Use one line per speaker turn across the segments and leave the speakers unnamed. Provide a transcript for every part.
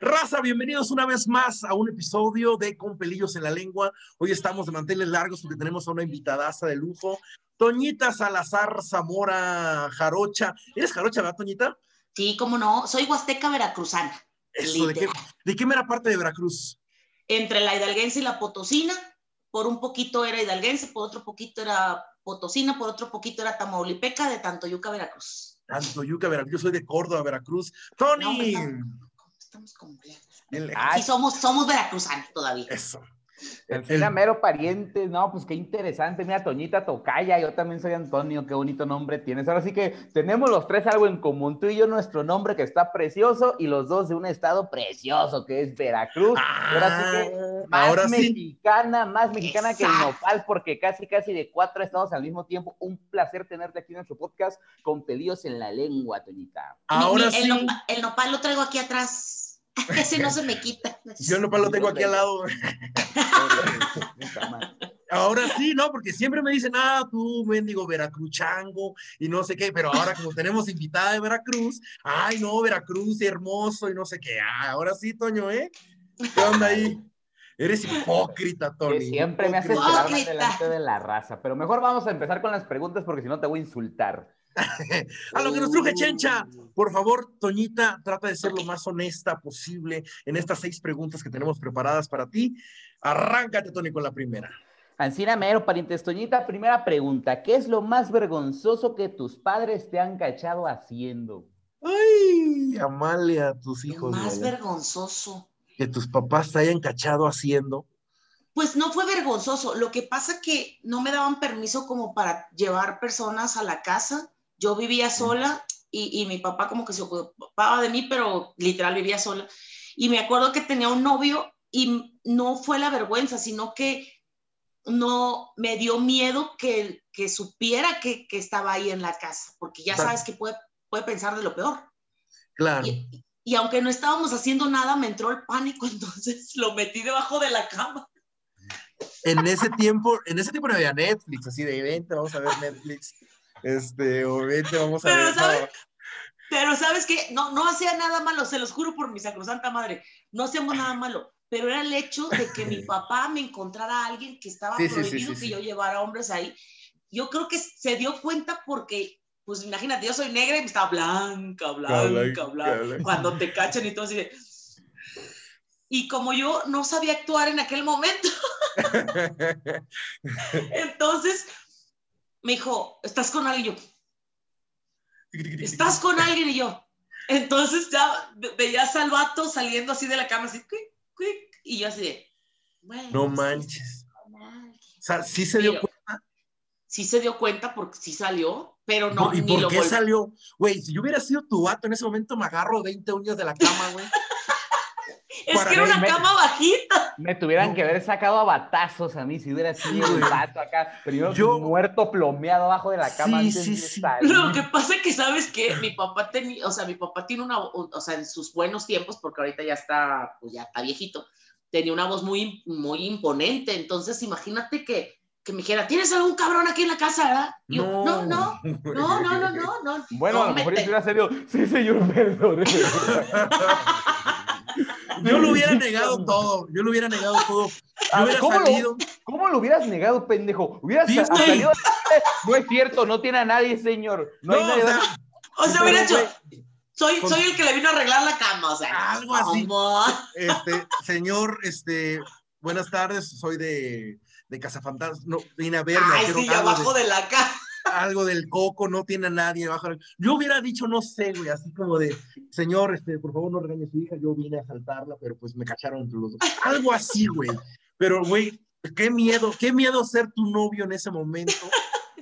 Raza, bienvenidos una vez más a un episodio de Con Pelillos en la Lengua. Hoy estamos de manteles largos porque tenemos a una invitadaza de lujo, Toñita Salazar Zamora Jarocha. ¿Eres Jarocha, verdad, Toñita?
Sí, cómo no. Soy Huasteca Veracruzana.
Eso, ¿de qué, ¿de qué mera parte de Veracruz?
Entre la hidalguense y la potosina. Por un poquito era hidalguense, por otro poquito era potosina, por otro poquito era tamaulipeca de Tantoyuca, Veracruz.
Tantoyuca, Veracruz. Yo soy de Córdoba, Veracruz. ¡Tony!
No, estamos completos. El,
Ah,
Ay, sí, somos, somos veracruzanos todavía.
Eso.
El, el, el, mero pariente, no, pues qué interesante. Mira, Toñita Tocaya, yo también soy Antonio, qué bonito nombre tienes. Ahora sí que tenemos los tres algo en común, tú y yo, nuestro nombre que está precioso y los dos de un estado precioso que es Veracruz. Ah, ahora sí que más ahora mexicana, sí. más mexicana Exacto. que el nopal, porque casi, casi de cuatro estados al mismo tiempo. Un placer tenerte aquí en nuestro podcast con pedidos en la lengua, Toñita.
Ah,
Ahora sí. nopal, el nopal lo traigo aquí atrás. Ese no se me quita.
Yo no lo tengo aquí al lado. ahora sí, ¿no? Porque siempre me dicen, ah, tú, mendigo veracruchango y no sé qué, pero ahora como tenemos invitada de Veracruz, ay, no, Veracruz, hermoso y no sé qué. Ah, ahora sí, Toño, ¿eh? ¿Qué onda ahí? Eres hipócrita, Tony.
Que siempre me haces quedar delante de la raza, pero mejor vamos a empezar con las preguntas porque si no te voy a insultar.
a lo que nos truje Chencha. Por favor, Toñita, trata de ser lo más honesta posible en estas seis preguntas que tenemos preparadas para ti. Arráncate, Tony, con la primera.
Ancina Mero, parientes Toñita, primera pregunta. ¿Qué es lo más vergonzoso que tus padres te han cachado haciendo?
Ay, amale a tus hijos.
Lo más vergonzoso.
Que tus papás te hayan cachado haciendo.
Pues no fue vergonzoso. Lo que pasa que no me daban permiso como para llevar personas a la casa yo vivía sola y, y, mi papá como que se ocupaba de mí, pero literal vivía sola. Y me acuerdo que tenía un novio y no fue la vergüenza, sino que no me dio miedo que, que supiera que, que estaba ahí en la casa, porque ya sabes que puede, puede pensar de lo peor.
Claro.
Y, y aunque no estábamos haciendo nada, me entró el pánico, entonces lo metí debajo de la cama
en ese tiempo, en ese tiempo no había Netflix, así de vente, vamos a ver Netflix, este, o vente, vamos a
pero
ver.
¿sabes? No. Pero sabes que no, no hacía nada malo, se los juro por mi sacrosanta madre, no hacíamos nada malo, pero era el hecho de que mi papá me encontrara a alguien que estaba sí, prohibido sí, sí, que yo llevara hombres ahí. Yo creo que se dio cuenta porque, pues imagínate, yo soy negra y me está blanca, blanca, blanca, blanca. blanca. Cuando te cachan y todo así de... Y como yo no sabía actuar en aquel momento, entonces me dijo, ¿estás con alguien? Y yo, ¿estás con alguien? Y yo, entonces ya veías al vato saliendo así de la cama, así, quick, quick, y yo así de, pues,
bueno, no manches. O sea, sí se dio
pero,
cuenta.
Sí se dio cuenta porque sí salió, pero no.
¿Y por ni qué lo salió? Güey, si yo hubiera sido tu vato en ese momento, me agarro 20 uñas de la cama, güey.
Es que era una me, cama bajita.
Me tuvieran no. que haber sacado a batazos a mí si hubiera sido un vato acá. Primero yo muerto plomeado abajo de la cama.
Sí, antes sí, sí.
Lo que pasa es que sabes que mi papá tenía, o sea, mi papá tiene una, o sea, en sus buenos tiempos, porque ahorita ya está, pues ya está viejito, tenía una voz muy, muy imponente. Entonces, imagínate que que me dijera, ¿tienes algún cabrón aquí en la casa, verdad? Y no. Yo, no, no, no, no, no, no, no.
Bueno,
no,
a lo mejor hubiera salido, sí, señor, perdón.
yo lo hubiera negado todo. Yo lo hubiera negado todo. Yo
ver, ¿cómo, lo, ¿cómo, Lo, hubieras negado, pendejo? Hubieras salido. No es cierto, no tiene a nadie, señor. No, no
O
hay nadie.
sea, o sea hubiera hecho. Soy, con... soy el que le vino a arreglar la cama, o sea.
Algo así. Este, señor, este, buenas tardes, soy de, de Cazafantasmas. No, vine a verme.
Ay, sí, abajo de, de la cama
algo del coco, no tiene a nadie abajo. Yo hubiera dicho, no sé, güey, así como de, señor, este, por favor no regañe a su hija, yo vine a asaltarla, pero pues me cacharon entre los dos. Algo así, güey. Pero, güey, qué miedo, qué miedo ser tu novio en ese momento.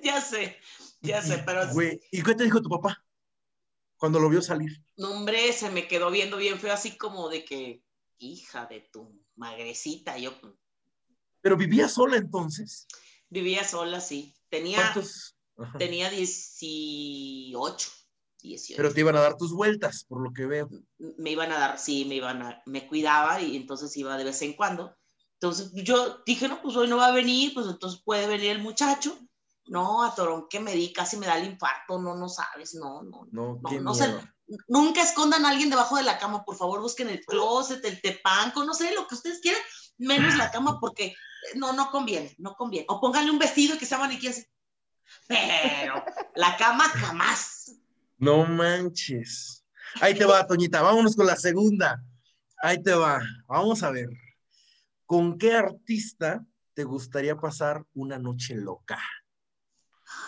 ya sé, ya sé, pero...
Güey, ¿y qué te dijo tu papá cuando lo vio salir?
No, hombre, se me quedó viendo bien feo, así como de que, hija de tu magrecita, yo...
Pero vivía sola entonces.
Vivía sola, sí. Tenía... ¿Cuántos? Ajá. Tenía 18, 18.
Pero te iban a dar tus vueltas, por lo que veo.
Me iban a dar, sí, me iban a, me cuidaba y entonces iba de vez en cuando. Entonces yo dije, no, pues hoy no va a venir, pues entonces puede venir el muchacho. No, a Torón que me di, casi me da el infarto, no, no sabes, no, no, no, no, no, se, nunca escondan a alguien debajo de la cama, por favor, busquen el closet, el tepanco, no sé, lo que ustedes quieran, menos la cama, porque no, no conviene, no conviene. O pónganle un vestido que sea maniquí así. Pero la cama jamás.
No manches. Ahí te va, Toñita, vámonos con la segunda. Ahí te va. Vamos a ver. ¿Con qué artista te gustaría pasar una noche loca?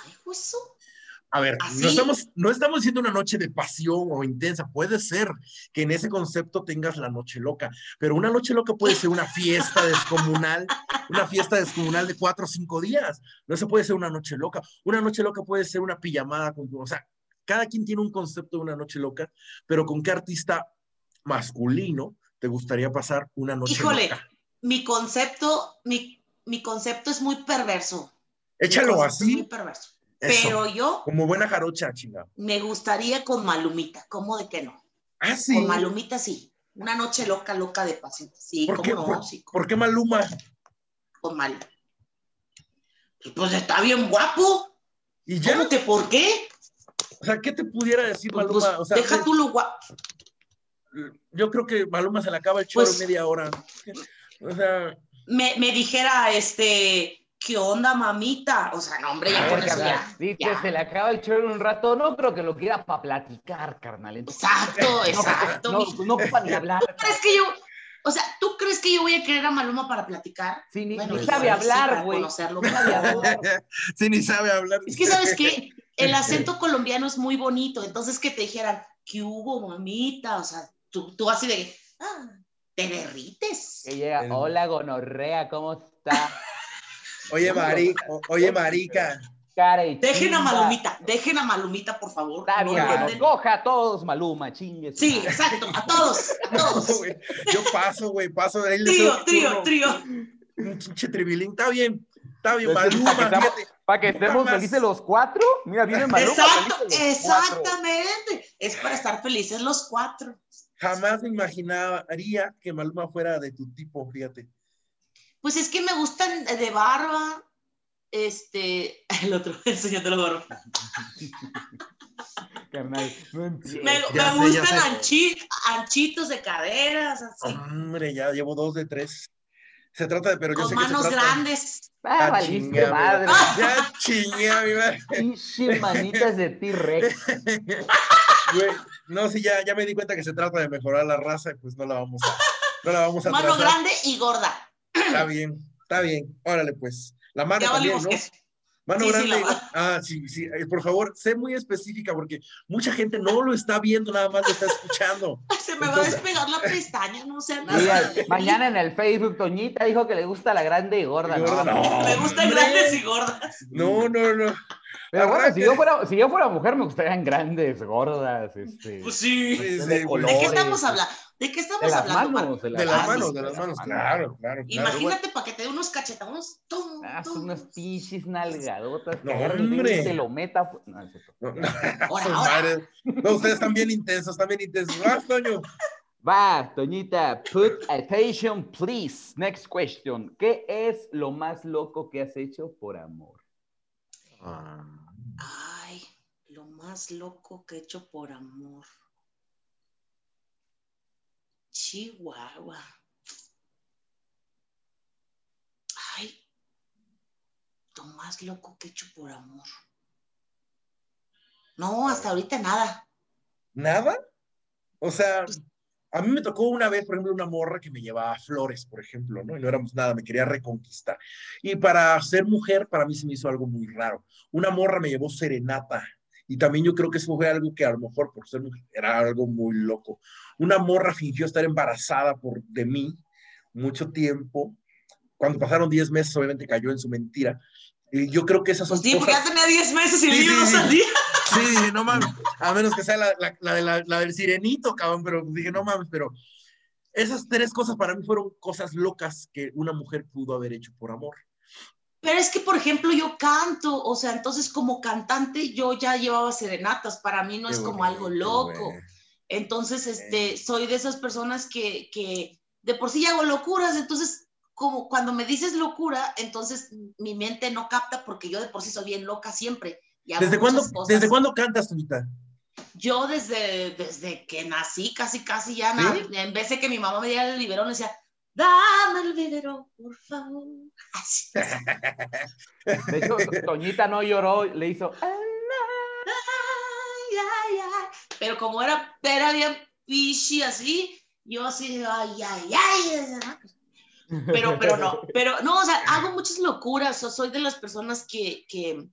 Ay, Jesús.
A ver,
¿Así?
no estamos, no estamos diciendo una noche de pasión o intensa. Puede ser que en ese concepto tengas la noche loca, pero una noche loca puede ser una fiesta descomunal, una fiesta descomunal de cuatro o cinco días. No se puede ser una noche loca. Una noche loca puede ser una pijamada. Con, o sea, cada quien tiene un concepto de una noche loca, pero ¿con qué artista masculino te gustaría pasar una noche
Híjole,
loca?
mi concepto, mi, mi concepto es muy perverso. Mi
Échalo
concepto es Muy
así,
perverso.
eso,
Pero yo
como buena jarocha, chingada.
me gustaría con Malumita, ¿cómo de que no?
Ah, sí.
Con Malumita sí. Una noche loca, loca de pasión. Sí,
¿Por
cómo
qué,
no,
por-
sí, con,
¿Por qué Maluma?
con Mal. Pues, Pues está bien guapo.
Y ya.
¿Cómo que por qué?
O sea, ¿qué te pudiera decir
Pues,
Maluma? O sea,
deja
te-
tú lo guapo.
yo creo que Maluma se le acaba el choro
Pues-
en media hora. O sea,
Me, me dijera, este, ¿qué onda, mamita? O sea, no, hombre,
A
ya
ver,
con eso
carnal,
ya.
sí, que
ya.
se le acaba el chorro en un rato. No creo que lo quiera para platicar, carnal. Entonces,
Exacto,
no,
exacto.
no,
mi-
no ocupa ni hablar.
¿Tú crees que yo, o sea, ¿tú crees que yo voy a querer a Maluma para platicar?
Sí, ni,
Bueno,
ni
igual sí,
sabe hablar,
para
güey.
conocerlo,
No sabe hablar.
sí, ni sabe hablar.
Es que, ¿sabes qué? El acento colombiano es muy bonito, entonces que te dijeran, ¿qué hubo, mamita? O sea, tú, tú así de, ah, te derrites.
Que llega,
El-
hola, gonorrea, ¿cómo está?
Oye, Mari, o- oye, Marica.
Cara y
Dejen a
chinga.
Malumita, dejen a Malumita, por favor.
Está
No
bien, que nos
entienden.
coja a todos, Maluma, chingue. su
Sí,
madre.
exacto, a todos, a todos.
güey, Yo paso, güey, paso. Ahí le
Trío,
hago
trío,
turno,
trío.
Un pinche tribilín. Está bien, está bien,
Pues es
Maluma.
para que estamos-
fíjate.
Para que estemos
Nada más.
felices los cuatro. Mira, viene Maluma.
Exacto,
felices los cuatro.
exactamente. Es para estar felices los cuatro.
Jamás me imaginaría que Maluma fuera de tu tipo, fíjate.
Pues es que me gustan de barba. Este, el otro, enseñando la barba.
Carnal, no
Me,
empieces.
me
ya sé, ya
gustan
sé.
anchi- anchitos de caderas, así,
Hombre, ya llevo dos de tres. Se trata de, pero yo
con
sé que se
manos
trata.
grandes.
Ah,
Ah,
valiste
chinga,
madre.
Ya chingué a mi madre.
Pinche manitas de T-Rex.
Güey, no, sí, ya, ya me di cuenta que se trata de mejorar la raza y pues no la vamos a, no la vamos a
Mano
atrasar.
grande y gorda.
Está bien, está bien. Órale, pues. La mano
Ya
también,
valimos
¿no?
queso.
Mano
Sí, sí,
grande.
la-
Ah, sí, sí. Eh, Por favor, sé muy específica porque mucha gente no lo está viendo, nada más lo está escuchando.
Se me va a
Entonces-
despegar la pestaña, no sé
Mira,
nada.
mañana en el Facebook, Toñita dijo que le gusta la grande y gorda.
Gorda,
¿no?
no.
Me gustan
Hombre.
grandes y gordas.
No, no, no.
Pero bueno, si
Arranque.
yo, fuera, si yo fuera mujer, me gustarían grandes, gordas, este,
Pues
Sí,
sí.
sí,
de
güey.
color.
¿De qué
Flores.
estamos hablando? ¿De qué estamos
de las
hablando? Mar?
manos.
De las
Ah,
manos,
sí,
de las manos.
manos.
Claro, claro, claro.
Imagínate para que te dé unos cachetados. Tum,
Ah, son
tum.
unas pinches nalgadotas.
No,
que agarra el dedo
hombre.
y te lo meta. fu- No, es cierto.
No, no,
Ahora,
sus
ahora.
madres. No, ustedes están bien intensos, están bien intensos. Vas, Toño.
Va, Toñita, put attention, please. Next question. ¿Qué es lo más loco que has hecho por amor?
Ay, lo más loco que he hecho por amor. Chihuahua. Ay, lo más loco que he hecho por amor. No, hasta ahorita nada.
¿Nada? O sea, a mí me tocó una vez, por ejemplo, una morra que me llevaba flores, por ejemplo, ¿no? Y no éramos nada, me quería reconquistar. Y para ser mujer, para mí se me hizo algo muy raro. Una morra me llevó serenata. Y también yo creo que eso fue algo que a lo mejor por ser mujer era algo muy loco. Una morra fingió estar embarazada por, de mí mucho tiempo. Cuando pasaron 10 meses, obviamente cayó en su mentira. Y yo creo que esas son
Pues sí, porque
cosas-
ya tenía 10 meses y el
Sí,
niño
sí,
no
sí.
salía.
Sí, dije, no mames, a menos que sea la, la- la de la- la del sirenito, cabrón, pero dije, no mames, pero esas tres cosas para mí fueron cosas locas que una mujer pudo haber hecho por amor.
Pero es que, por ejemplo, yo canto, o sea, entonces como cantante yo ya llevaba serenatas, para mí no es como algo loco. Entonces, este, soy de esas personas que, que de por sí hago locuras, entonces, como cuando me dices locura, entonces mi mente no capta porque yo de por sí soy bien loca siempre. y hago
¿Desde cuándo,
muchas cosas.
¿Desde cuándo cantas, Tunita?
Yo desde, desde que nací, casi, casi ya, nada, en vez de que mi mamá me diera el biberón, decía, dame el biberón, por favor. Así, así.
De hecho, To- Toñita no lloró, le hizo. "Ah".
Ay, ay, ay. Pero como era, era bien pichi así, yo así, ay, ay, ay. Pero, pero no, pero no, o sea, hago muchas locuras, o soy de las personas que, que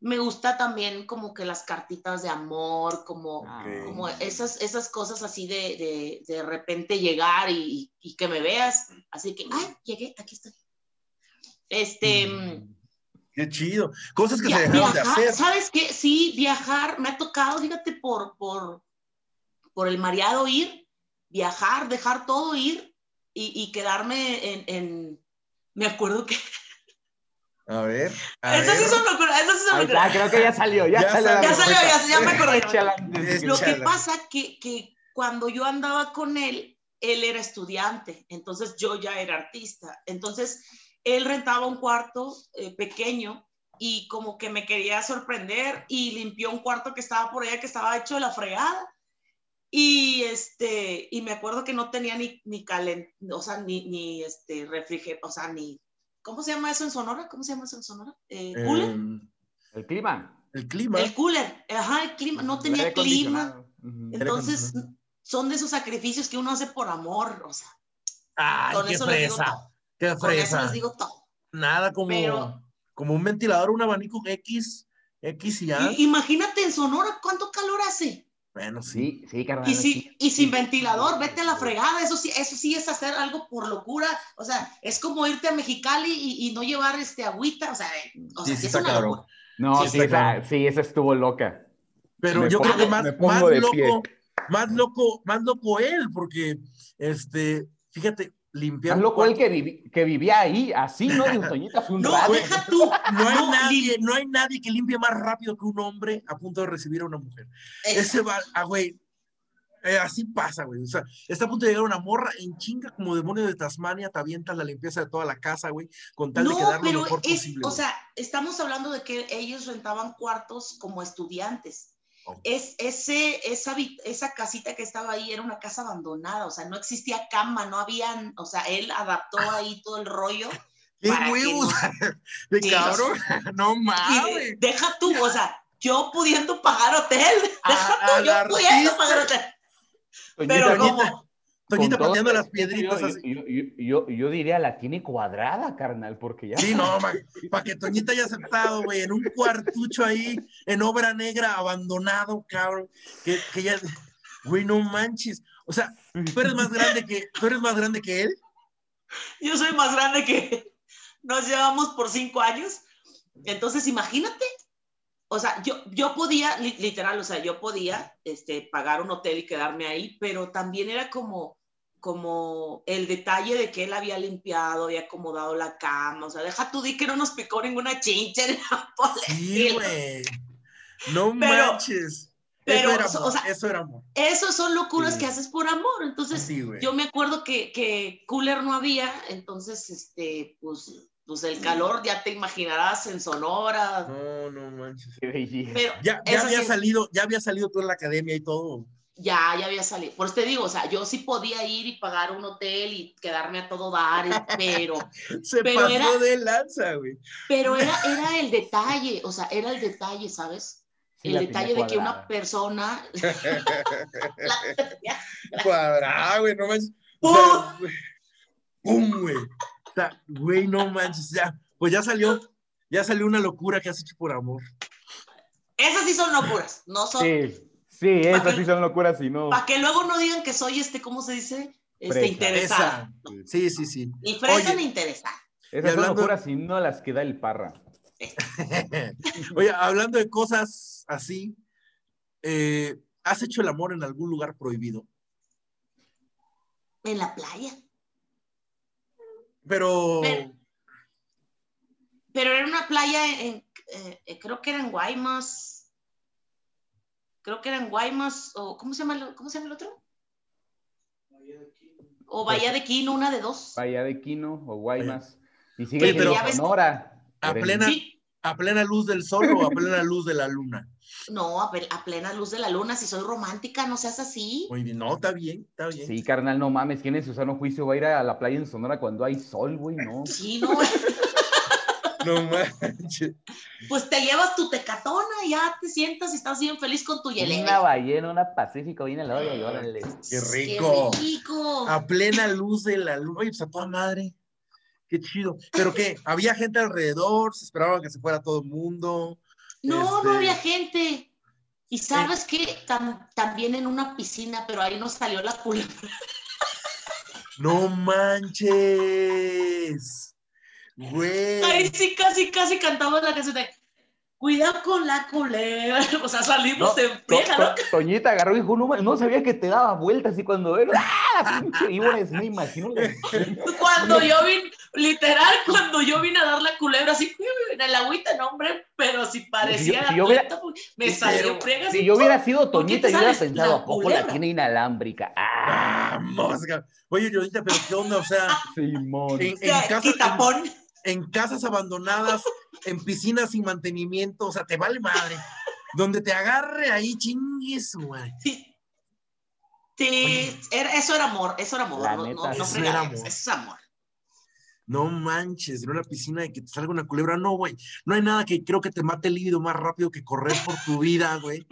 me gusta también como que las cartitas de amor, como,
Ah,
Ok.
como esas, esas cosas así de, de, de repente llegar y, y que me veas. Así que, ay, llegué, aquí estoy. Este...
Mm.
Qué chido. Cosas que se
Via-
dejaron de
viajar,
hacer.
¿Sabes qué? Sí, viajar, me ha tocado, fíjate, por, por, por el mareado ir, viajar, dejar todo ir y, y quedarme en, en- Me acuerdo que...
A ver. A
Esas sí
ver.
son locuras, esas sí son
Ahí
locuras.
está, creo que ya salió, ya,
Ya
salió.
salió,
Ya
la
salió,
respuesta.
ya, ya me acordé.
Échala antes de
Lo que
Échala.
pasa que, que cuando yo andaba con él, él era estudiante, entonces yo ya era artista. Entonces, él rentaba un cuarto eh, pequeño y como que me quería sorprender y limpió un cuarto que estaba por allá, que estaba hecho de la fregada. Y, este, y me acuerdo que no tenía ni, ni calen, o sea, ni, ni este, refrigerio, o sea, ni, ¿cómo se llama eso en Sonora? ¿Cómo se llama eso en Sonora? Eh, ¿cooler?
Eh,
El clima.
el clima.
el cooler, ajá, el clima, no tenía
Aire
clima.
acondicionado. Ujú.
Aire
Entonces,
acondicionado.
son de esos sacrificios que uno hace por amor, o sea,
Ay,
con
qué
eso les digo
fresa.
todo.
Qué
Con eso
fresa.
les digo todo.
Nada como,
Pero-
como un ventilador, un abanico X. X y ya.
Y- Imagínate en Sonora cuánto calor hace.
Bueno, sí.
Sí, sí,
Ah,
carnal.
Y, si, y sin
sí.
ventilador, vete a la fregada. Eso sí, eso sí es hacer algo por locura. O sea, es como irte a Mexicali y, y no llevar este agüita. O sea, eh, o
Sí,
sea,
sí
sí es
está
una
cabrón.
locura.
No,
Sí,
sí,
está
esa-
claro.
sí, esa estuvo loca.
Pero
Me
yo creo
pongo-
que más,
me pongo
más
de
loco,
pie.
más loco, más loco él, porque este, fíjate, limpiar.
Más
un
loco
cuarto-
el que, vivi- que vivía ahí, así, ¿no? Dijo Toñita, fue un
No,
rato.
deja tú.
No hay,
Ah, No,
nadie, no hay nadie que limpie más rápido que un hombre a punto de recibir a una mujer.
Eh.
Ese va, ah, güey, eh, así pasa, güey. O sea, está a punto de llegar una morra en chinga como demonio de Tasmania, te avientas la limpieza de toda la casa, güey, con tal de
No,
quedar lo
pero
mejor
es,
posible.
o
güey.
sea, estamos hablando de que ellos rentaban cuartos como estudiantes.
Ok.
Es, ese, esa, habi- esa casita que estaba ahí era una casa abandonada, o sea, no existía cama, no habían, o sea, él adaptó
Ah.
ahí todo el rollo.
¡Qué
para que
huevos! De
Sí,
cabrón, no
no- y de-
mames.
deja tú, o sea, yo pudiendo pagar hotel, deja
A- a
tú, yo
la
pudiendo
artista.
pagar hotel,
Toñita,
pero
Toñita,
como,
con
Toñita
todo
pateando las
respeto,
piedritas
yo,
así.
Yo, yo- yo- yo diría, la tiene cuadrada, carnal, porque ya.
Sí, no, para que Toñita haya aceptado, güey, en un cuartucho ahí, en obra negra, abandonado, cabrón, que, que ya, güey, no manches. O sea, tú eres más grande que, tú eres más grande que él.
yo soy más grande que nos llevamos por cinco años. Entonces, imagínate, o sea, yo, yo podía, li- literal, o sea, yo podía este, pagar un hotel y quedarme ahí, pero también era como, como el detalle de que él había limpiado, había acomodado la cama, o sea, deja tú di que no nos picó ninguna chincha, ni la pole.
Sí, güey. No
Pero-
manches.
pero,
eso era
o
amor,
sea-
eso era amor.
Esos son locuras
Sí.
que haces por amor, entonces
Sí, güey.
Yo me acuerdo que, que cooler no había, entonces, este, pues, pues el calor, ya te imaginarás, en Sonora.
No, no manches.
Qué belleza.
Pero
Ya, ya
Eso
había
sí.
salido, ya había salido tú en la academia y todo.
ya, ya había salido. Por eso te digo, o sea, yo sí podía ir y pagar un hotel y quedarme a todo dar, y- pero,
Se
Pero
pasó
era-
de lanza, güey.
pero era, era el detalle, o sea, era el detalle, ¿sabes?
Sí, la
el
tiene
detalle de que una
cuadrada.
persona... La-
Cuadrado, güey, no manches. O sea,
¡Pum!
güey, ¡Pum, güey! O sea, güey, no manches, ya. Pues ya salió, ya salió una locura que has hecho por amor.
Esas sí son locuras, no son...
Sí, sí, esas sí son locuras, y no.
Para que luego no digan que soy este, ¿cómo se dice? Este,
Fresa.
interesada.
Sí, sí, sí.
Ni fresa
Oye.
ni interesada.
Y
Esas
hablando-
son locuras, y no las que da el parra.
Oye, hablando de cosas así, eh, ¿has hecho el amor en algún lugar prohibido?
En la playa.
Pero,
Pero- Pero era una playa en, eh, eh, creo que era en Guaymas. Creo que era en Guaymas, o ¿cómo se llama el, cómo se llama el otro? O Bahía de Quino, una de dos.
Vaya de Quino o Guaymas. Y sigue
Oye,
siendo
pero-
Sonora.
A
Pero en-
plena-
Sí,
¿A plena luz del sol o a plena luz de la luna?
No, a, pe- a plena luz de la luna, si soy romántica, no seas así.
Muy bien, no, está bien, está bien.
Sí, carnal, no mames, ¿quién en su sano juicio va a ir a la playa en Sonora cuando hay sol, güey? No.
Sí, no,
No manches.
pues te llevas tu tecatona, ya te sientas y estás bien feliz con tu
Una
yelena.
ballena, una pacífico, viene la olla y órale.
Qué rico. Ah,
Qué rico.
A plena luz de la luna. Oye, pues a toda madre. Qué chido. ¿Pero qué? ¿Había gente alrededor? ¿Se esperaba que se fuera todo el mundo?
No, no
Este-
había gente. Y sabes qué, Tam- también en una piscina, pero ahí nos salió la culebra.
¡No manches!
Ahí
Eh,
Güey.
sí, casi, casi cantamos la canción de Cuidado con la culebra. O sea, salimos
No,
en
To-
friega,
to-
¿no?
Toñita agarró y dijo, no, ma- no sabía que te daba vueltas y cuando era, ¡ah! La pinche víbora es, me imagino. la-
Cuando yo vine, literal, cuando yo vine a dar la culebra, así, en el agüita, no, hombre, pero si parecía
Si yo- si yo hubiera-
atleta, pues, me
Sí,
salió
pero
friega.
Si
así,
yo hubiera sido
¿Por qué
Toñita,
te
yo hubiera
sabes la
pensado, ¿a poco la
culebra?
tiene inalámbrica? Ah,
¡Vamos! cabrón! Oye, Yodita, pero ¿qué onda? O sea,
Simón.
en, en
ya,
casa- en-
quitapón.
en casas abandonadas, en piscinas sin mantenimiento, o sea, te vale madre. Donde te agarre ahí, chingues, güey.
Sí. Sí, era- eso era amor, eso era amor,
La
no, no,
neta,
no
sí. Eso
fregaderas,
era amor.
eso es amor.
No manches, en una piscina de que te salga una culebra, no, güey. No hay nada que creo que te mate el líbido más rápido que correr por tu vida, güey.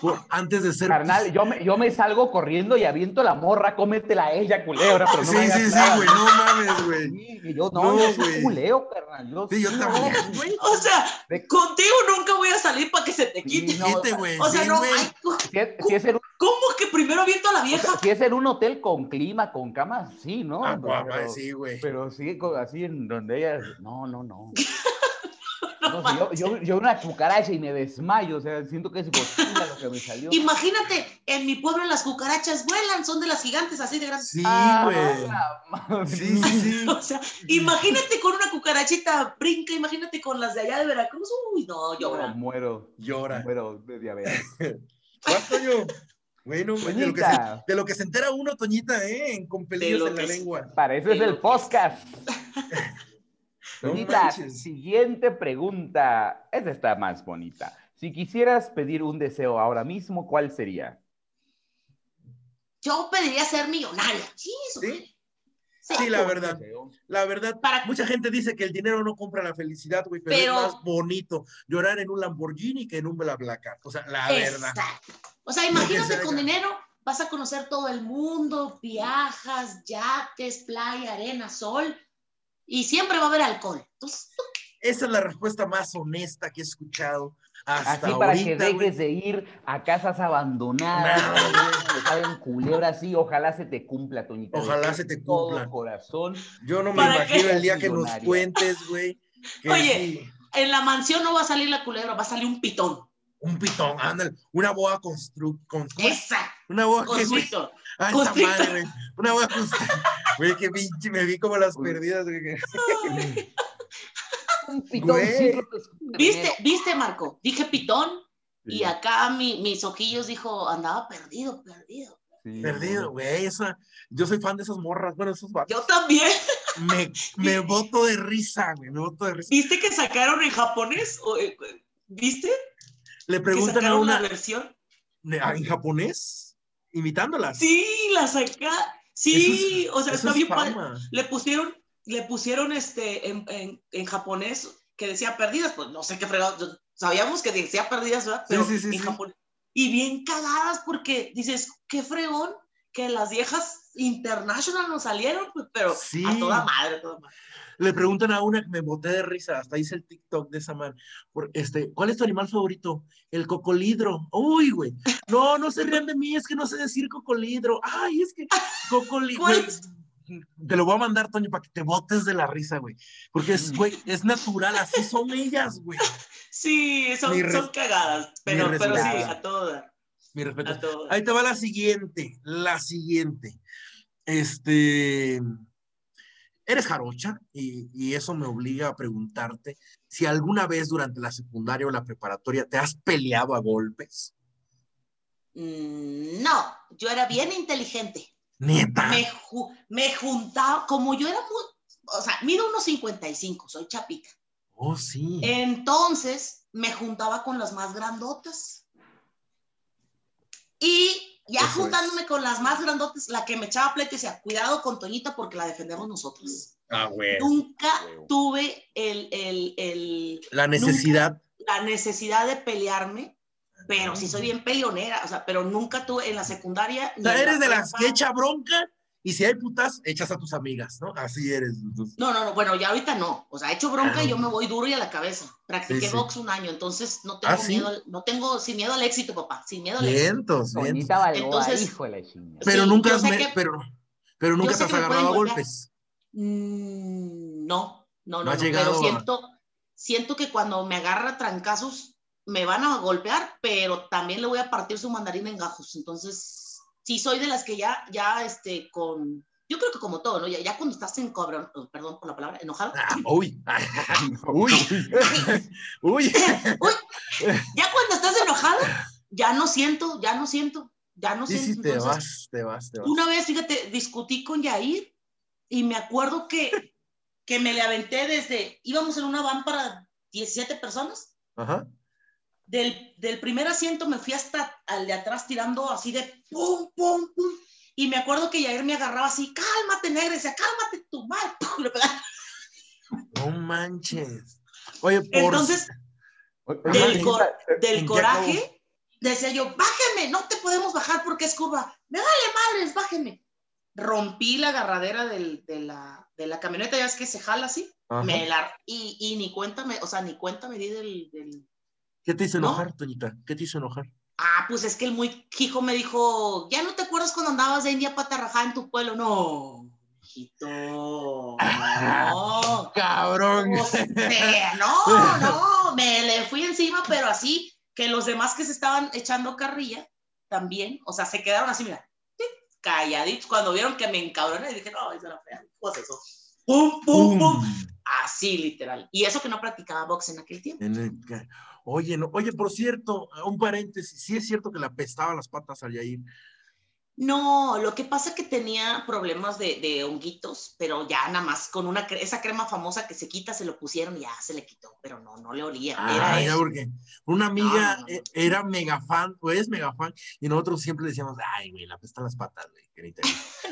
Por- antes de ser.
Carnal, yo me, yo me salgo corriendo y aviento la morra, cómetela a ella, culebra. Pero
pues,
no
Sí,
me hagas
sí, sí,
nada.
güey, no mames, güey.
Sí, que yo no,
No,
yo soy
güey.
culeo, carnal. Yo,
Sí, yo
sí,
también,
no,
güey.
O sea,
De-
contigo nunca voy a salir para que se te
Sí,
quite.
no,
Vete, güey.
o sea,
sí,
no,
güey.
ay, cu-
si, es, si es en un,
¿cómo que primero aviento a la
o sea,
vieja?
si es en un hotel con clima, con camas, sí, ¿no?
Ah, guapa,
Pero- pues,
sí, güey.
Pero sí, co- así en donde ella. No, no, no.
No
No, si yo, yo, yo una cucaracha y me desmayo, o sea, siento que es gotita lo que me salió.
Imagínate, en mi pueblo las cucarachas vuelan, son de las gigantes así de grandes.
Sí,
Ah,
güey.
la madre.
Sí, sí, sí.
O sea, imagínate con una cucarachita brinca, imagínate con las de allá de Veracruz. Uy, no, yo
No, muero,
Llora.
muero de diabetes.
¿Cuál, Toño? Bueno, güey, de lo, que se,
Toñita,
de lo que se entera uno, Toñita, ¿eh? En con pelillos
lo
en la
que se-
lengua.
para eso es el podcast.
No
Toñita,
manches.
siguiente pregunta. Esta está más bonita. Si quisieras pedir un deseo ahora mismo, ¿cuál sería?
Yo pediría ser millonaria. Sí, eso.
¿Sí?
Sí.
Sí, la
Un
verdad.
deseo.
La verdad,
Para-
mucha gente dice que el dinero no compra la felicidad, güey, pero,
Pero-
es más bonito llorar en un Lamborghini que en un Blablacar. O sea, la verdad.
Exacto. O sea,
Lo
imagínate
que
con
sea.
dinero, vas a conocer todo el mundo, viajas, yates, playa, arena, sol, y siempre va a haber alcohol. Entonces,
Esa es la respuesta más honesta que he escuchado hasta
Así para que
ahorita,
dejes
güey.
de ir a casas abandonadas,
Nada,
que saben culebra así, ojalá se te cumpla, Toñita. de
Ojalá se te
todo
cumpla.
corazón.
Yo no me
¿Para
imagino
qué?
el día que nos
Millonaria.
cuentes, güey. que
Oye.
sí,
en la mansión no va a salir la culebra, va a salir un pitón.
un pitón, ándale, una boa constru... Con... ¿cómo es?
Exacto,
Una boa que...
constrictor.
Ah, esa
Constrictor.
madre, güey. Una boa constru- Güey, que pinche, me vi como las perdidas, güey. que-
Un pitoncito te escupe
¿Viste, viste, Marco? Dije pitón, y acá mi- mis ojillos dijo, andaba perdido, perdido.
Sí,
Perdido, güey. Esa... Yo soy fan de esas morras, bueno, esos vatos.
Yo también.
me, me boto de risa, güey, me boto de risa.
¿Viste que sacaron en japonés? O, eh, ¿Viste?
Le
Que
preguntan a
sacaron una
una
versión.
en japonés, imitándola.
Sí, la saca. Sí, o sea,
Eso
está
es
bien padre.
fama.
le pusieron, le pusieron este en, en- en japonés que decía perdidas, pues no sé qué fregado, yo- sabíamos que decía perdidas, ¿verdad? Pero
sí, sí,
en
sí.
japonés. Y bien cagadas porque dices, qué fregón que las viejas international nos salieron, pues, pero
Sí.
a toda madre, a toda madre.
Le preguntan a una que me boté de risa, hasta hice el TikTok de esa man. Por, este, ¿Cuál es tu animal favorito? El cocolidro. Uy, güey. No, no se rían de mí, es que no sé decir cocolidro. Ay, es que cocolidro.
¿Cuál?
Te lo voy a mandar, Toño, para que te botes de la risa, güey. Porque es, güey, es natural, así son ellas, güey.
Sí, son,
Mi
son
res-
cagadas, pero,
mi
pero sí,
respeto.
a toda.
Mi respeto.
A toda.
Ahí te va la siguiente, la siguiente. Este, eres jarocha y, y eso me obliga a preguntarte si alguna vez durante la secundaria o la preparatoria te has peleado a golpes.
Mm, No, yo era bien inteligente.
Neta.
me, ju- me juntaba, como yo era muy, o sea, mido unos 55, soy chapita.
Oh, sí.
Eh, Entonces me juntaba con las más grandotas. Y ya
Eso es.
juntándome con las más grandotas, la que me echaba pleito decía, cuidado con Toñita porque la defendemos nosotros.
Ah, güey.
Nunca
huevo.
tuve el, el- el-
La necesidad.
la necesidad de pelearme, pero sí soy bien peleonera, o sea, pero nunca tuve en la secundaria.
O
ni
sea,
en la
eres de las
prepa.
que echa bronca y si hay putas, echas a tus amigas, ¿no? Así eres. entonces.
No, no, no, bueno, ya ahorita no. O sea, he hecho bronca
Ah.
y yo me voy duro y a la cabeza. Practiqué
Sí, sí.
box un año, entonces no tengo
Ah, ¿sí?
miedo, al- no tengo sin miedo al éxito, papá, sin miedo al éxito.
Vientos, vientos.
Toñita Balboa,
Entonces-
hijo de la chingada.
Pero
Sí,
nunca
yo
has
sé
me-
que-
pero, pero nunca
sé
te has
que me pueden
agarrado a
golpear.
golpes.
Mm, No, no, no,
No has
no,
llegado
pero
a-
siento, siento que cuando me agarra trancazos me van a golpear, pero también le voy a partir su mandarín en gajos. Entonces, sí soy de las que ya, ya, este, con, yo creo que como todo, ¿no? Ya, ya cuando estás en cobrón, perdón por la palabra, enojado,
Ah, uy. uy. uy.
ya cuando estás enojado, ya no siento, ya no siento, ya no
Sí,
siento.
sí, te
Entonces,
vas, te vas, te vas.
Una vez, fíjate, discutí con Yair y me acuerdo que, que me le aventé desde, íbamos en una van para 17 personas,
Ajá.
del, del primer asiento me fui hasta al de atrás tirando así de pum, pum, pum, y me acuerdo que Yair me agarraba así, cálmate, negra, y decía, cálmate tu mal, pum, le pegaba.
No manches. Oye, por.
Entonces, del,
Ajá.
cor- del
eh, Ya
coraje, decía yo, bájame, no te podemos bajar porque es curva. Me vale madres, bájeme. Rompí la agarradera del- de, la, de la camioneta, ya es que se jala así,
Ajá.
me la- y, y ni cuenta, me, o sea, ni cuenta me di del, del-
¿Qué te hizo
¿No?
enojar, Toñita? ¿Qué te hizo enojar?
Ah, pues es que el muy hijo me dijo, ya no te acuerdas cuando andabas de India Patarrajá en tu pueblo. No, hijito, no.
Cabrón.
O sea, no, no, me le fui encima, pero así que los demás que se estaban echando carrilla también, o sea, se quedaron así, mira, tic, calladitos, cuando vieron que me encabroné, dije, no, esa era fea, pues eso, pum, pum, pum, así literal. Y eso que no practicaba box en aquel tiempo.
En el ca- Oye, no, oye, por cierto, ah, un paréntesis, sí es cierto que le apestaba las patas al Yair.
No, lo que pasa es que tenía problemas de, de honguitos, pero ya nada más con una, cre- esa crema famosa que se quita, se lo pusieron y ya se le quitó, pero no, no le olía.
Ah,
era
ya
eso. Ah.
porque una amiga
No, no, no.
eh, era mega fan, o es mega fan, y nosotros siempre le decíamos, ay, güey, le apestan las patas, güey. que ni te-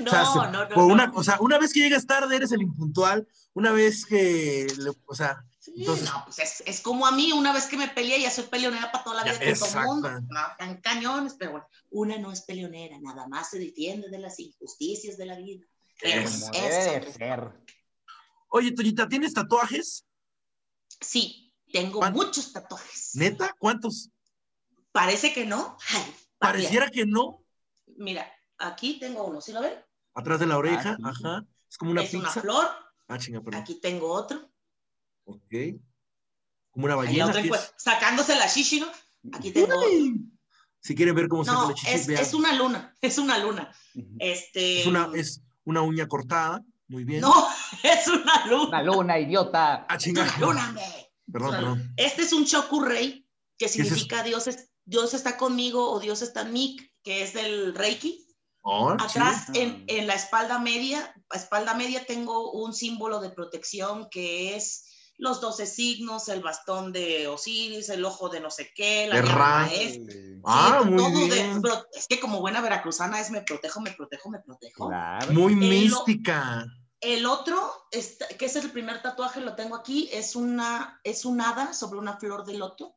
No,
sea, se-
no, no.
Por
no.
una, o sea, una vez que llegas tarde eres el impuntual, una vez que, le- o sea,
Sí,
Entonces-
no, pues es, es como a mí, una vez que me peleé, ya soy peleonera para toda la
Ya,
vida con todo el mundo.
exacto.
No, tan cañones, pero bueno, una no es peleonera, nada más se defiende de las injusticias de la vida. Pero
Es-
Como
pues,
debe
eso-
de ser.
oye, Toñita, ¿tienes tatuajes?
Sí, tengo
¿Cuán-
muchos tatuajes.
¿Neta? ¿Cuántos?
Parece que no. Ay,
Pareciera que no,
Mira, aquí tengo uno, ¿sí lo ven?
atrás de la oreja,
sí.
ajá, es como una
Ah, es una
pizza.
flor,
Ah, chinga, perdón.
aquí tengo otro.
Ok. Como una
Ahí la
ballena.
otra,
¿qué es?
pues, sacándose la shishi, ¿no? Aquí tengo otro.
Si quieren ver cómo se hace
No,
la chichis,
es,
pues, vean.
es una luna, es una luna. Este.
Es una, es una uña cortada. Muy bien.
No, es una luna.
Una luna, idiota.
Ah,
Es
chinga.
una luna, hombre.
Perdón, perdón.
Este es un Chokurrey, que
es eso?
significa Dios, es- Dios está conmigo o Dios está en mí, que es del Reiki.
Oh,
Atrás,
chido.
en, en la espalda media, a espalda media tengo un símbolo de protección que es los doce signos, el bastón de Osiris, el ojo de no sé qué, la
De
llama
Ra.
maestra.
chido.
Sí,
Ah,
Sí,
muy
Este, todo de-
bien.
pero es que como buena veracruzana es me protejo, me protejo, me protejo.
Claro.
Muy
pues, eh, lo-
mística.
El otro, está- que es el primer tatuaje, lo tengo aquí, es una, es un hada sobre una flor de loto,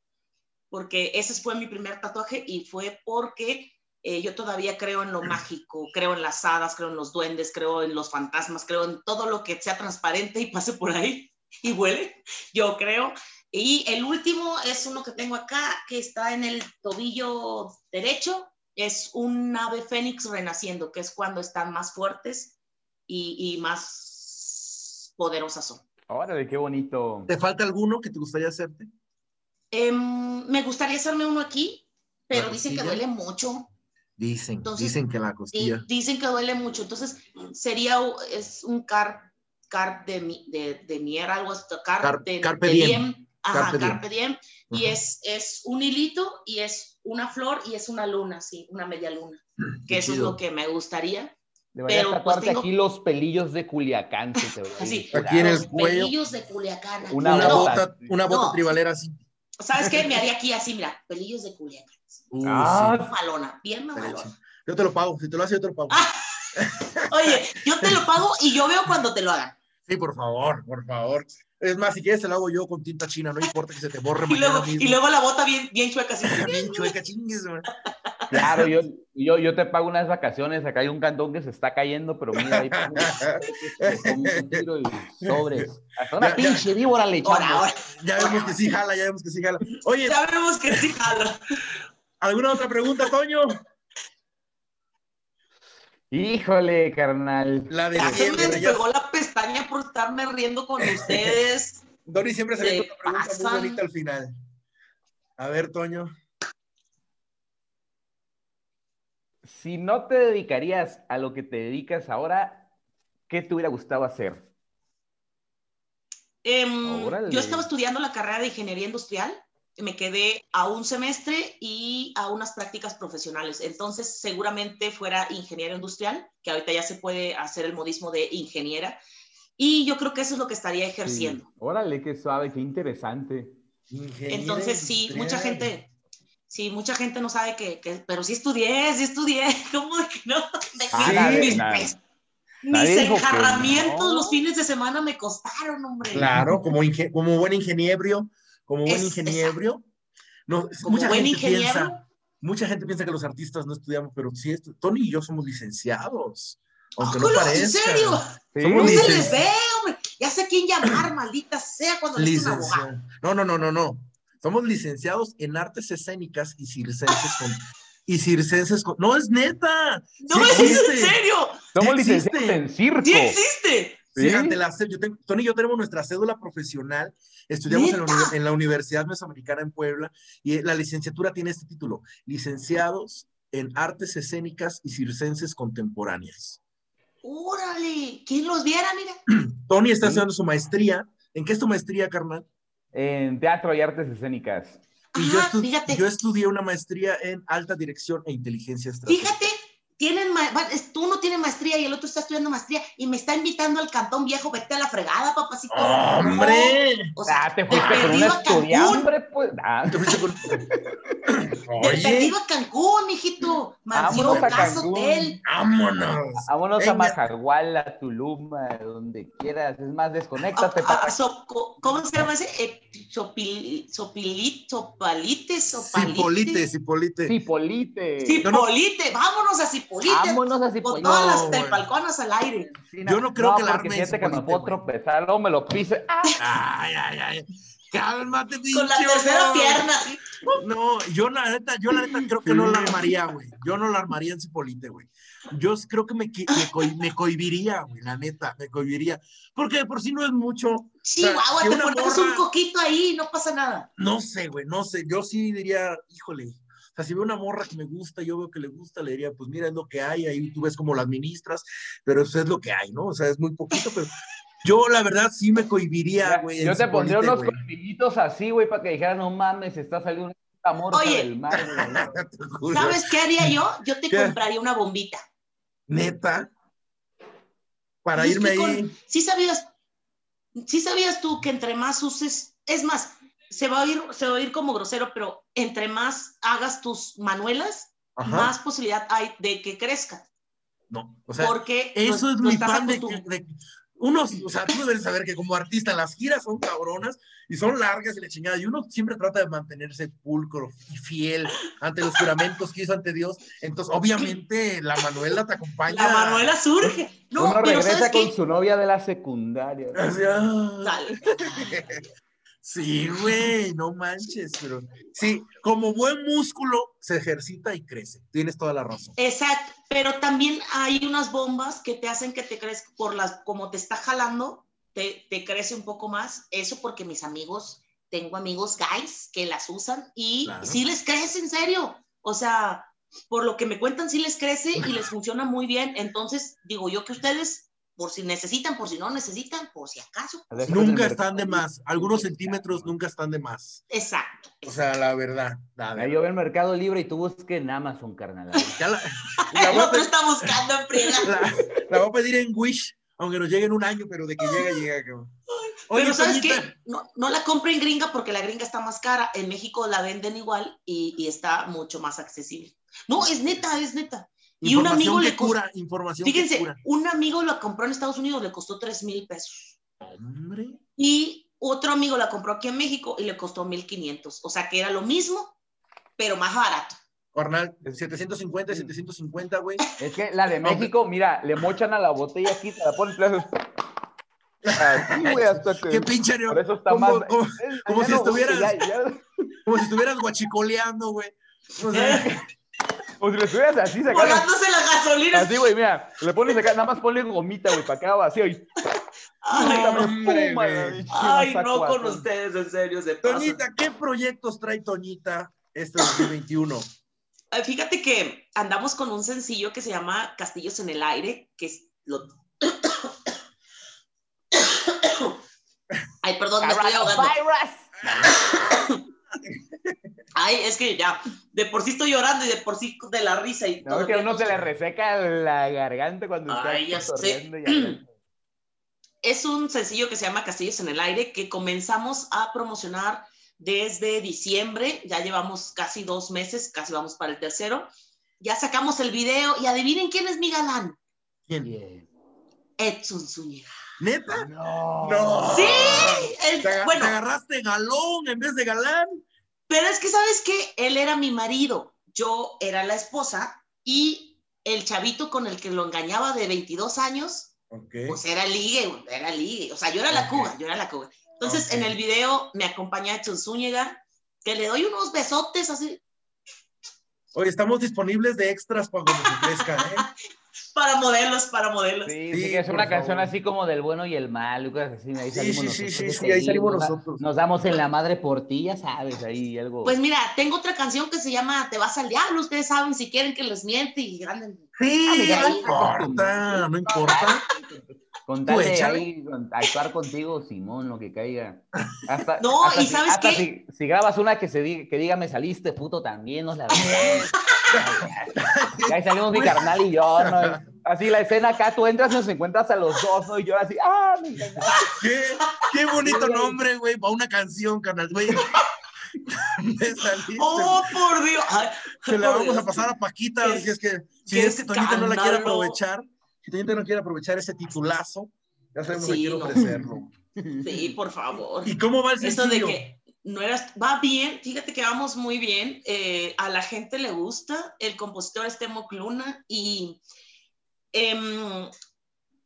porque ese fue mi primer tatuaje y fue porque eh, yo todavía creo en lo mágico, creo en las hadas, creo en los duendes, creo en los fantasmas, creo en todo lo que sea transparente y pase por ahí y huele, yo creo. Y el último es uno que tengo acá, que está en el tobillo derecho, es un ave fénix renaciendo, que es cuando están más fuertes y, y más poderosas son.
Órale, qué bonito.
¿Te falta alguno que te gustaría hacerte?
Em, me gustaría hacerme uno aquí, pero
¿La
dicen que
costilla?
duele mucho.
Dicen,
Entonces-
dicen que la
y
costilla.
dicen que duele mucho. Entonces, sería u- es un car, car de, mi, de, de mier, algo así. Car,
Car-
de,
carpe
de
diem.
Ajá,
Carpe
carpe,
diem.
diem. Y
Ajá.
es, es un hilito y es una flor y es una luna, sí, una media luna.
Qué
Que eso es
chido.
lo que me gustaría.
Deberías
Pero, pues,
tatuarte
tengo-
aquí los pelillos de Culiacán. se te va a
Así.
ir.
Aquí en el
Los
cuello.
pelillos de Culiacán. aquí.
Una,
Una
No,
bota,
bota.
una bota
No.
tribalera así.
¿Sabes qué? Me haría aquí así, mira, pelillos de Culiacán.
Uh,
Ah,
Malona, bien
sí, estaría
malona.
chido. Yo te lo pago, si te lo haces yo te lo pago.
Ah. Oye, yo te lo pago y yo veo cuando te lo hagan.
Sí, por favor, por favor. Es más, si quieres te lo hago yo con tinta china, no importa que se te borre
Y
mañana
luego,
mismo.
y luego la bota bien, bien chueca, así.
Bien chueca, chingues, man.
Claro, yo, yo, yo te pago unas vacaciones. Acá hay un cantón que se está cayendo, pero mira, ahí me como un tiro y sobres. Hasta una
Ya, ya.
pinche víbora le echamos.
Ahora, ahora.
Ya vemos que sí jala, ya vemos que sí jala. Oye,
Sabemos que sí, jalo.
¿alguna otra pregunta, Toño?
Híjole, carnal.
La de
Ya este se me
siempre. ya-
despegó la pestaña por estarme riendo con ustedes.
Dori siempre se
Se
ve una pregunta muy
pasan.
bonita al final. A ver, Toño.
Si no te dedicarías a lo que te dedicas ahora, ¿qué te hubiera gustado hacer?
Em,
Órale.
yo estaba estudiando la carrera de ingeniería industrial, me quedé a un semestre y a unas prácticas profesionales. Entonces, seguramente fuera ingeniero industrial, que ahorita ya se puede hacer el modismo de ingeniera. Y yo creo que eso es lo que estaría ejerciendo.
Sí. Órale, qué suave, qué interesante.
Ingeniero
Entonces, sí,
industrial.
mucha gente, sí, mucha gente no sabe que, que- pero sí estudié, sí estudié. ¿Cómo de que no? De
Ah,
que
la
mis,
verdad.
mis
Nadie dijo que
enjarramientos
no.
los fines de semana me costaron, hombre.
Claro, como, inge- como buen ingeniebrio, como buen
Es-
ingeniebrio. No, es-
Como
mucha
buen
gente
ingeniero.
piensa, mucha gente piensa que los artistas no estudiamos, pero sí, estu- Tony y yo somos licenciados. Aunque no
¡Óculos!
parezca.
¿En serio?
Sí,
Somos
No se
Ulises.
les ve, hombre. Ya sé a quién llamar, maldita sea, cuando le un abogado.
Licenciado. No, no, no, no, no. Somos licenciados en artes escénicas y circenses con. Y circenses con. ¡No es neta!
No,
Sí
¿es en
existe.
serio?
somos
existe.
licenciados en circo.
¡Sí existe!
Sí,
Sí.
ante la cé- yo tengo- Tony y yo tenemos nuestra cédula profesional, estudiamos en la,
¡Neta!
uni- en la Universidad Mesoamericana en Puebla y la licenciatura tiene este título, Licenciados en Artes Escénicas y Circenses Contemporáneas.
¡Órale! ¿Quién los viera, mira?
Tony está
Sí.
estudiando su maestría. ¿En qué es tu maestría, carnal?
En teatro y artes escénicas.
Y
Ajá,
yo, estu-
fíjate.
yo estudié una maestría en Alta Dirección e Inteligencia Estratégica.
Fíjate, tienen ma- va- es- tú no tienes maestría y el otro está estudiando maestría y me está invitando al cantón viejo. Vete a la fregada, papacito.
¡Hombre!
O sea,
Ah, te
de
fuiste con una
perdido a Cancún.
estudiante, pues. Ah,
Te fuiste con-
Te
Oye,
perdido a Cancún, mijito. Mansión,
vámonos a
casa,
Cancún.
hotel.
vámonos.
Vámonos a
Venga.
Majagual, a Tulum, a donde quieras. Es más, desconéctate.
Ah,
papá.
ah, so- co- ¿Cómo se llama ese? Eh, sopil- sopili- sopalite, sopalite.
Cipolite, Cipolite.
Cipolite.
Yo no-
Cipolite, vámonos a Cipolite.
Vámonos a
Con
Cipolite.
todas
No,
las
güey.
telpalconas al aire.
Sí,
yo no creo que la
porque
arme en
fíjate que me
Cipolite,
puedo
güey.
tropezar, luego me lo pise. Ah,
Ay, ay, ay. Cálmate,
Con la
pinche
tercera
oso.
pierna.
No, yo la neta, yo la neta creo que no la armaría, güey. Yo no la armaría en Cipolite, güey. Yo s- creo que me, qui- me, coi- me cohibiría, güey, la neta, me cohibiría. Porque de por sí no es mucho.
Chihuahua,
que
te
una
pones
morra-
un coquito ahí, no pasa nada.
No sé, güey, no sé. Yo sí diría, híjole. O sea, si veo una morra que me gusta, yo veo que le gusta, le diría, pues mira, es lo que hay, ahí tú ves como las ministras, pero eso es lo que hay, ¿no? O sea, es muy poquito, pero yo la verdad sí me cohibiría,
mira,
güey. en
Ah, yo te pondría
Cipolite,
unos
güey.
colmillitos así, güey, para que dijeran, no mames, está saliendo una puta morsa
Oye.
del mar. güey".
Te juro.
¿Sabes qué haría yo? Yo te
¿Qué?
compraría una bombita.
Neta. Para
Es
irme
que con-
ahí.
Sí sabías, sí sabías tú que entre más uses, es más, se va a oír, se va a oír como grosero, pero entre más hagas tus manuelas,
Ajá.
más posibilidad hay de que crezca.
No, o sea,
porque
eso
lo-
es
lo
mi
estás
fan de,
acostum-
que- de- unos, o sea, tú debes saber que como artista las giras son cabronas y son largas y la chingada, y uno siempre trata de mantenerse pulcro y fiel ante los juramentos que hizo ante Dios. Entonces, obviamente, la Manuela te acompaña.
La Manuela surge. No,
Uno
pero
regresa
¿sabes
con
qué?
su novia de la secundaria. güey.
Así, ah.
Sale.
Sí, güey, no manches, pero sí, como buen músculo se ejercita y crece. Tienes toda la razón.
Exacto, pero también hay unas bombas que te hacen que te crezca por las, como te está jalando, te, te crece un poco más. Eso porque mis amigos, tengo amigos guys que las usan y
Claro.
sí les crece, en serio. O sea, por lo que me cuentan, sí les crece y les funciona muy bien. Entonces, digo yo que ustedes por si necesitan, por si no necesitan, por si acaso.
A ver,
Nunca están de más. Algunos centímetros nunca están de más.
Exacto.
O sea, la verdad. La
Mira,
verdad.
yo veo el Mercado Libre y tú busques en Amazon, carnal.
Ya la, la
El
voy a
otro
pe-
está buscando en friega.
la- la voy a pedir en Wish, aunque nos llegue en un año, pero de que llega, llega. cabrón. Oye,
Pero ¿sabes
Toñita,
qué? No, no la compren gringa porque la gringa está más cara. En México la venden igual y, y está mucho más accesible. No, es neta, es neta. Y un
información
amigo le
que
costó-
cura, información que
Fíjense,
cura.
un amigo la compró en Estados Unidos, le costó 3 mil pesos.
Hombre.
Y otro amigo la compró aquí en México y le costó 1.500. O sea que era lo mismo, pero más barato.
Carnal, 750, 750, güey.
Es que la de
Hombre.
México, mira, le mochan a la botella aquí, te la ponen y le haces- Así, güey, hasta que-
Qué pinche,
Por eso está
¿Cómo-
más.
cómo-
Es-
como
ya
si estuvieras-
ya- ya-
como si estuvieras guachicoleando, güey. O sea,
como si lo estuvieras así sacando.
Volándose la gasolina.
Así, güey, mira, le pones acá, nada más ponle gomita, güey, para acá vacío y
Ay,
no,
no,
hombre,
¡pum! a la
güey.
bichina
Ay, no
saco
con
así.
ustedes, en serio, se pasan.
Toñita, ¿qué proyectos trae Toñita este 2021?
Ay, Ah, Fíjate que andamos con un sencillo que se llama Castillos en el Aire, que es lo... Ay, perdón, me estoy ahogando. Ay, es que ya, de por sí estoy llorando y de por sí de la risa y
No, es que
todavía
a uno
no-
se le reseca la garganta cuando
Ah,
Ay, ya
está
sé.
cotorreando y hablando.
Es un sencillo que se llama Castillos en el Aire, que comenzamos a promocionar desde diciembre, ya llevamos casi dos meses, casi vamos para el tercero. Ya sacamos el video y adivinen quién es mi galán,
¿Quién?
Bien.
Edson Zúñiga.
¿Neta?
No.
No.
Sí,
Te,
él-
aga-
bueno,
te agarraste galón en vez de galán.
pero es que sabes que él era mi marido, yo era la esposa y el chavito con el que lo engañaba de 22 años,
Ok.
pues era ligue, güey, era ligue, o sea, yo era la
Ok.
cuba, yo era la cuba. Entonces,
Ok.
en el video me acompaña Edson Zúñiga, que le doy unos besotes así
Oye, estamos disponibles de extras para cuando se crezca, ¿eh?
para modelos, para modelos.
Sí,
Sí,
sí, que es
por
una canción
favor.
así como del bueno y el mal, y cosas así. Ahí
Sí,
salimos
sí,
nosotros.
sí, sí,
de
sí, ahí salimos
nos da-
nosotros.
Nos damos en la madre por ti, ya sabes, ahí algo.
Pues mira, tengo otra canción que se llama Te vas al diablo, ustedes saben si quieren que les miente y anden. Ah,
Sí,
mira,
no
ahí.
importa, no importa.
Con
Tú
tal
Pues,
de
échale.
ahí con- actuar contigo, Simón, lo que caiga. Hasta,
No,
hasta
y
si-
¿sabes
hasta
qué?
Si, si grabas una que se diga, que diga me saliste, puto, también nos la aventamos. Y ahí salimos
Pues,
mi carnal y yo, ¿no? Así la escena acá, tú entras y nos encuentras a los dos, ¿no? Y yo así, ¡ah, mi carnal!
Qué, qué bonito nombre, güey, para una canción, canal, güey. Me saliste.
¡Oh, por Dios! Ay,
Se la
por
vamos a
Dios.
pasar a Paquita,
Qué-
si es que, si
qué
es que Toñita no la quiere
escándalo.
aprovechar, si Toñita no quiere aprovechar ese titulazo, ya sabemos a
Sí,
quién
no.
ofrecerlo.
Sí, por favor.
¿Y cómo va el
Eso de
sencillo?
que no eras, va bien, fíjate que vamos muy bien, eh, a la gente le gusta, el compositor es Temo Luna y em,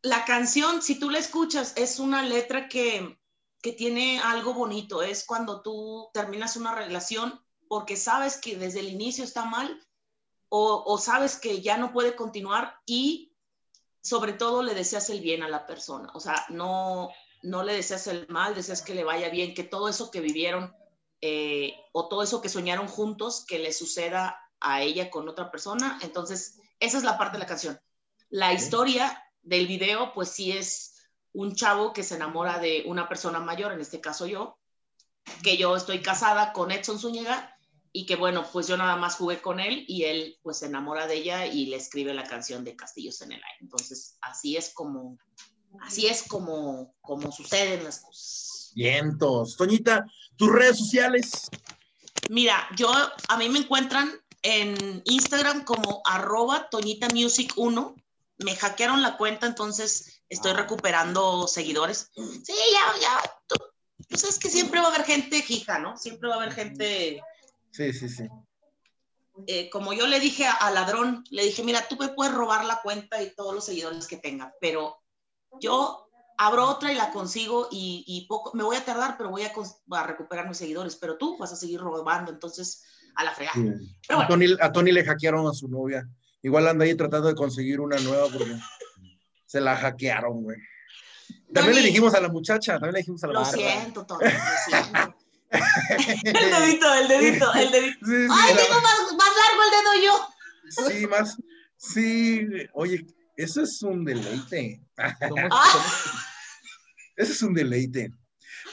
la canción, si tú la escuchas, es una letra que, que tiene algo bonito, es cuando tú terminas una relación porque sabes que desde el inicio está mal o, o sabes que ya no puede continuar y sobre todo le deseas el bien a la persona, o sea, no, no le deseas el mal, deseas que le vaya bien, que todo eso que vivieron eh, o todo eso que soñaron juntos, que le suceda a ella con otra persona. Entonces, esa es la parte de la canción. La historia del video, pues sí es un chavo que se enamora de una persona mayor, en este caso yo, que yo estoy casada con Edson Zúñiga y que bueno, pues yo nada más jugué con él y él pues se enamora de ella y le escribe la canción de Castillos en el aire. Entonces, así es como Así es como, como suceden las cosas.
Vientos. Toñita, tus redes sociales.
Mira, yo, a mí me encuentran en Instagram como arroba Toñita Music 1. Me hackearon la cuenta, entonces estoy recuperando seguidores. Sí, ya, ya. Tú, pues es que siempre va a haber gente fija, ¿no? Siempre va a haber gente,
Sí, sí, sí.
eh, como yo le dije a, a Ladrón, le dije, mira, tú me puedes robar la cuenta y todos los seguidores que tenga, pero yo abro otra y la consigo y, y poco, me voy a tardar, pero voy a, cons- a recuperar mis seguidores, pero tú vas a seguir robando, entonces a la fregada. Pero
A,
bueno,
Tony, a Tony le hackearon a su novia. Igual anda ahí tratando de conseguir una nueva porque se la hackearon, güey. También le
Tony.
dijimos a la muchacha, también le dijimos a la
lo
muchacha.
siento, Tony, lo siento. El dedito, el dedito, el dedito.
Sí, sí,
Ay,
la-
tengo más, más largo el dedo yo.
Sí, más. Sí, güey. oye, Eso es un deleite.
Somos-
Ah.
somos-
Eso es un deleite.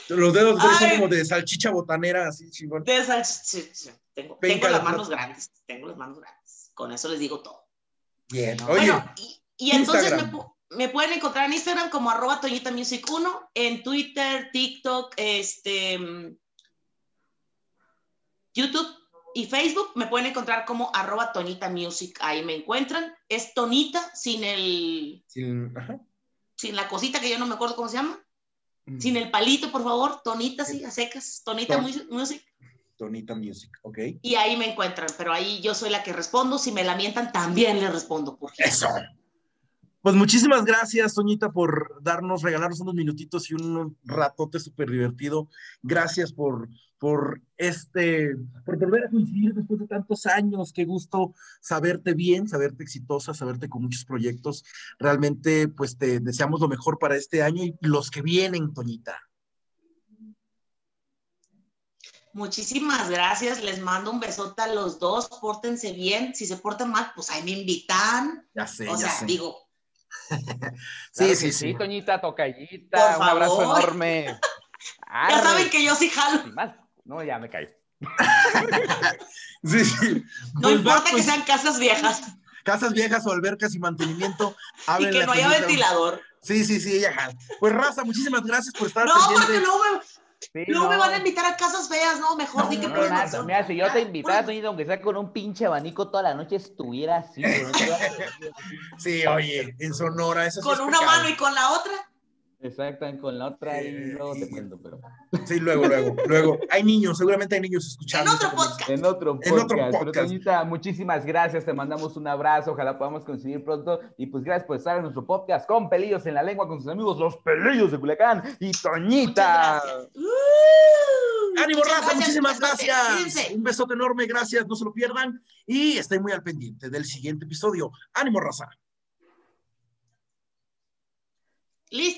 Los dedos de Freddy son
Ay.
como de salchicha botanera, así chingón.
De sal- sí, sí, Tengo,
Ven,
tengo las
Carlos.
manos grandes, tengo las manos grandes. Con eso les digo todo.
Bien. Oye,
bueno, y, y entonces me,
Instagram.
pu- me pueden encontrar en Instagram como arroba Toñita Music 1, en Twitter, TikTok, este, mm, YouTube y Facebook. Me pueden encontrar como arroba Toñita Music, ahí me encuentran. Es Tonita sin el,
sin- ajá.
sin la cosita que yo no me acuerdo cómo se llama. Sin el palito, por favor, Tonita, sí, a secas, Tonita
Mm. Ton-
Music- Music.
Tonita Music, ¿ok?
Y ahí me encuentran, pero ahí yo soy la que respondo. Si me lamentan, también les respondo. Porque
Eso. Pues muchísimas gracias, Toñita, por darnos, regalarnos unos minutitos y un ratote súper divertido. Gracias por, por este, por volver a coincidir después de tantos años. Qué gusto saberte bien, saberte exitosa, saberte con muchos proyectos. Realmente, pues te deseamos lo mejor para este año y los que vienen, Toñita.
Muchísimas gracias, les mando un besote a los dos, pórtense bien, si se portan mal, pues ahí me invitan,
Ya sé,
o
ya
sea,
sé.
digo,
Claro
sí,
que
sí, sí.
Toñita, tocallita,
Por
un abrazo
favor.
enorme.
ya
Arre,
saben que yo sí jalo,
sin más. No, ya me callo.
Sí, sí.
no
Pues va,
importa que
pues,
sean casas viejas
Casas viejas o albercas y mantenimiento.
y
háblenle
que
a
no haya
Toñita.
ventilador.
Sí, sí, sí, ajá. Pues Raza, muchísimas gracias por estar
No, porque
pendiente.
luego me,
Sí,
luego me
no.
van a invitar a casas feas, no, mejor
No,
di que
no,
puras
nada,
mansiones.
Mira, si yo te
Ah,
invitara,
puras-
Toñita, aunque sea con un pinche abanico toda la noche, estuviera así. pero no te iba a-
Sí, oye, en Sonora, eso sí
Con
es
una
pecado.
mano y con la otra,
Exacto, con la otra y
Eh,
luego te
y-
cuento, pero.
Sí, luego, luego, luego. Hay niños, seguramente hay niños
en
escuchando.
otro
esto.
podcast.
En otro
En
podcast.
otro
Pero,
podcast.
Toñita, muchísimas gracias. Te mandamos un abrazo. Ojalá podamos coincidir pronto. Y pues gracias por estar en nuestro podcast con Pelillos en la Lengua con sus amigos, los Pelillos de Culiacán y
Muchas
Toñita.
gracias. Uh,
Ánimo,
muchas
Raza,
gracias,
muchísimas
un besote.
gracias.
Cuídense.
Un besote enorme, gracias, no se lo pierdan. Y estoy muy al pendiente del siguiente episodio. Ánimo, Raza.
Listo.